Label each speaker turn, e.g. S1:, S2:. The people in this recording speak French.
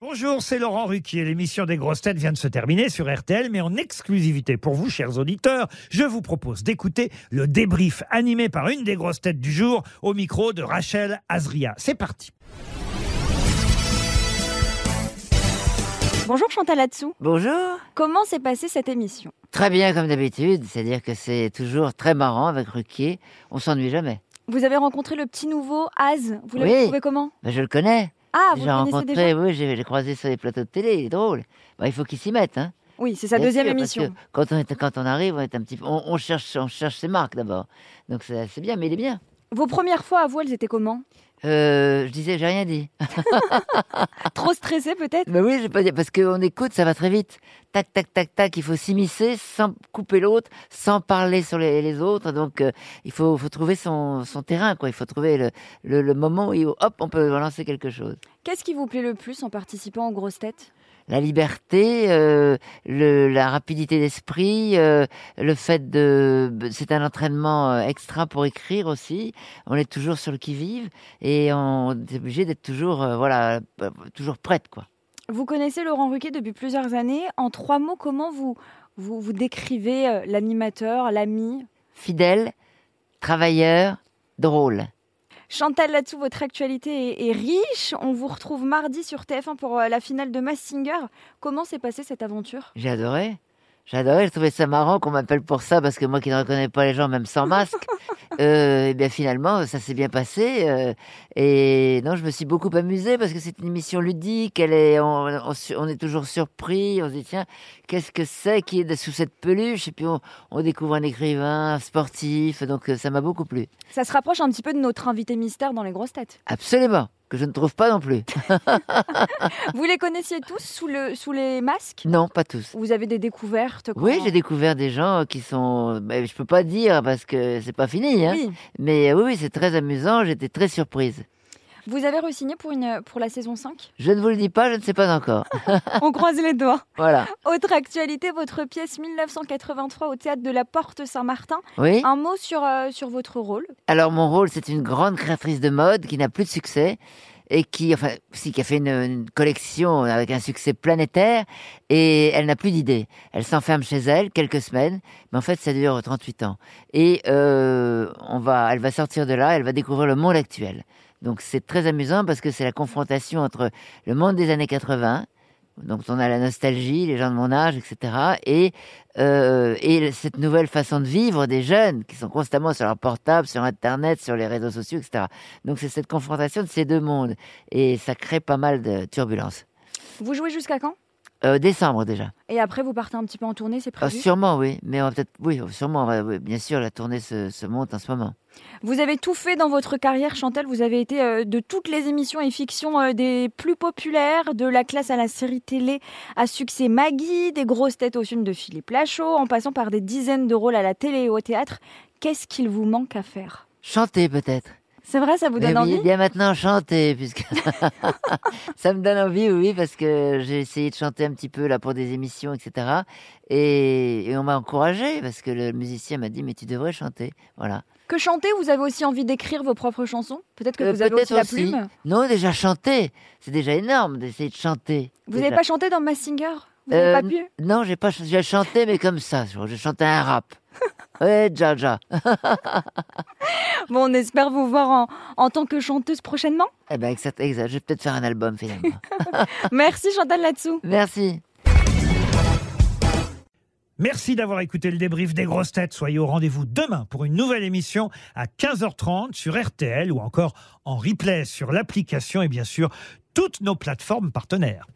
S1: Bonjour, c'est Laurent Ruquier. L'émission des grosses têtes vient de se terminer sur RTL, mais en exclusivité pour vous, chers auditeurs, je vous propose d'écouter le débrief animé par une des grosses têtes du jour au micro de Rachel Azria. C'est parti.
S2: Bonjour Chantal Latsou.
S3: Bonjour.
S2: Comment s'est passée cette émission
S3: Très bien comme d'habitude, c'est-à-dire que c'est toujours très marrant avec Ruquier, on s'ennuie jamais.
S2: Vous avez rencontré le petit nouveau Az. Vous l'avez
S3: Oui.
S2: trouvé comment
S3: Ben, je le connais,
S2: Ah, vous
S3: j'ai
S2: le connaissez déjà
S3: rencontré, oui, j'ai j'ai croisé sur les plateaux de télé, il est drôle. Ben, il faut qu'il s'y mette. Hein.
S2: Oui, c'est sa
S3: Bien
S2: deuxième
S3: sûr, parce
S2: émission.
S3: que Quand on, est- quand on arrive, on, est un petit, peu- on, on cherche, on cherche ses marques d'abord. Donc c'est c'est bien, mais il est bien.
S2: Vos premières fois à vous, elles étaient comment
S3: Euh, je disais, j'ai rien dit. Ah.
S2: Trop stressées peut-être
S3: Ben oui, j'ai pas dit, parce qu'on écoute, ça va très vite. Tac, tac, tac, tac, il faut s'immiscer sans couper l'autre, sans parler sur les, les autres. Donc, euh, il faut, faut trouver son, son terrain, quoi. Il faut trouver le, le, le moment où, hop, on peut lancer quelque chose.
S2: Qu'est-ce qui vous plaît le plus en participant aux grosses têtes
S3: La liberté, euh, le, la rapidité d'esprit, euh, le fait de... bah, C'est un entraînement euh, extra pour écrire aussi. On est toujours sur le qui-vive et on est obligé d'être toujours, euh, voilà, euh, toujours prête, quoi.
S2: Vous connaissez Laurent Ruquier depuis plusieurs années. En trois mots, comment vous, vous, vous décrivez euh, l'animateur, l'ami
S3: fidèle, travailleur, drôle.
S2: Chantal Latsou, votre actualité est, est riche. On vous retrouve mardi sur TF1 pour euh, la finale de Mass Singer. Comment s'est passée cette aventure
S3: J'ai adoré. J'ai adoré, je trouvais ça marrant qu'on m'appelle pour ça parce que moi qui ne reconnais pas les gens même sans masque, euh, et bien finalement ça s'est bien passé euh, et non je me suis beaucoup amusée parce que c'est une émission ludique, elle est, on, on su- on est toujours surpris, on se dit tiens qu'est-ce que c'est qui est sous cette peluche et puis on, on découvre un écrivain, un sportif donc euh, ça m'a beaucoup plu.
S2: Ça se rapproche un petit peu de notre invité mystère dans les grosses têtes.
S3: Absolument, que je ne trouve pas non plus.
S2: Vous les connaissiez tous sous, le, sous les masques
S3: Non, pas tous.
S2: Vous avez des découvertes
S3: Oui,
S2: comment-
S3: j'ai découvert des gens euh, qui sont. ben, Je peux pas dire parce que c'est pas fini, hein.
S2: Oui.
S3: Mais euh, oui, oui, c'est très amusant. J'étais très surprise.
S2: Vous avez re-signé pour, une, pour la saison 5
S3: Je ne vous le dis pas, je ne sais pas encore.
S2: On croise les doigts.
S3: Voilà.
S2: Autre actualité, votre pièce 1983 au théâtre de la Porte Saint-Martin.
S3: Oui.
S2: Un mot sur, euh, sur votre rôle.
S3: Alors mon rôle, c'est une grande créatrice de mode qui n'a plus de succès et qui, enfin, si, qui a fait une, une collection avec un succès planétaire et elle n'a plus d'idées. Elle s'enferme chez elle quelques semaines, mais en fait, ça dure 38 ans. Et euh, on va, elle va sortir de là, elle va découvrir le monde actuel. Donc c'est très amusant parce que c'est la confrontation entre le monde des années 80. Donc on a la nostalgie, les gens de mon âge, etc. Et euh, et cette nouvelle façon de vivre des jeunes qui sont constamment sur leur portable, sur Internet, sur les réseaux sociaux, etc. Donc c'est cette confrontation de ces deux mondes et ça crée pas mal de turbulences.
S2: Vous jouez jusqu'à quand
S3: Euh, décembre déjà.
S2: Et après, vous partez un petit peu en tournée, c'est
S3: Euh,
S2: prévu
S3: sûrement oui, mais on va peut-être oui, sûrement on va- oui, bien sûr la tournée se, se monte en ce moment.
S2: Vous avez tout fait dans votre carrière, Chantal. Vous avez été euh, de toutes les émissions et fictions euh, des plus populaires, de la classe à la série télé à succès Maggie, des grosses têtes au film de Philippe Lachaud, en passant par des dizaines de rôles à la télé et au théâtre. Qu'est-ce qu'il vous manque à faire
S3: Chanter peut-être.
S2: C'est vrai, ça vous
S3: Mais
S2: donne
S3: Eh oui,
S2: envie
S3: bien maintenant chanter, puisque ça me donne envie, oui, parce que j'ai essayé de chanter un petit peu là pour des émissions, etc. Et, et on m'a encouragé parce que le musicien m'a dit mais tu devrais chanter, voilà.
S2: Que chanter, vous avez aussi envie d'écrire vos propres chansons Peut-être que
S3: Euh,
S2: vous avez
S3: peut-être
S2: aussi la
S3: aussi.
S2: plume.
S3: Non, déjà chanter, c'est déjà énorme d'essayer de chanter.
S2: Vous n'avez
S3: déjà.
S2: pas chanté dans Mass Singer Vous n'avez
S3: Euh,
S2: pas pu
S3: Non, j'ai pas, ch- j'ai chanté mais comme ça, je je chantais un rap. Ouais, déjà, déjà.
S2: Bon, on espère vous voir en, en tant que chanteuse prochainement.
S3: Eh ben, exact, exact. Je vais peut-être faire un album finalement.
S2: Merci Chantal là-dessous.
S3: Merci.
S1: Merci d'avoir écouté le débrief des grosses têtes. Soyez au rendez-vous demain pour une nouvelle émission à 15h30 sur RTL ou encore en replay sur l'application et bien sûr toutes nos plateformes partenaires.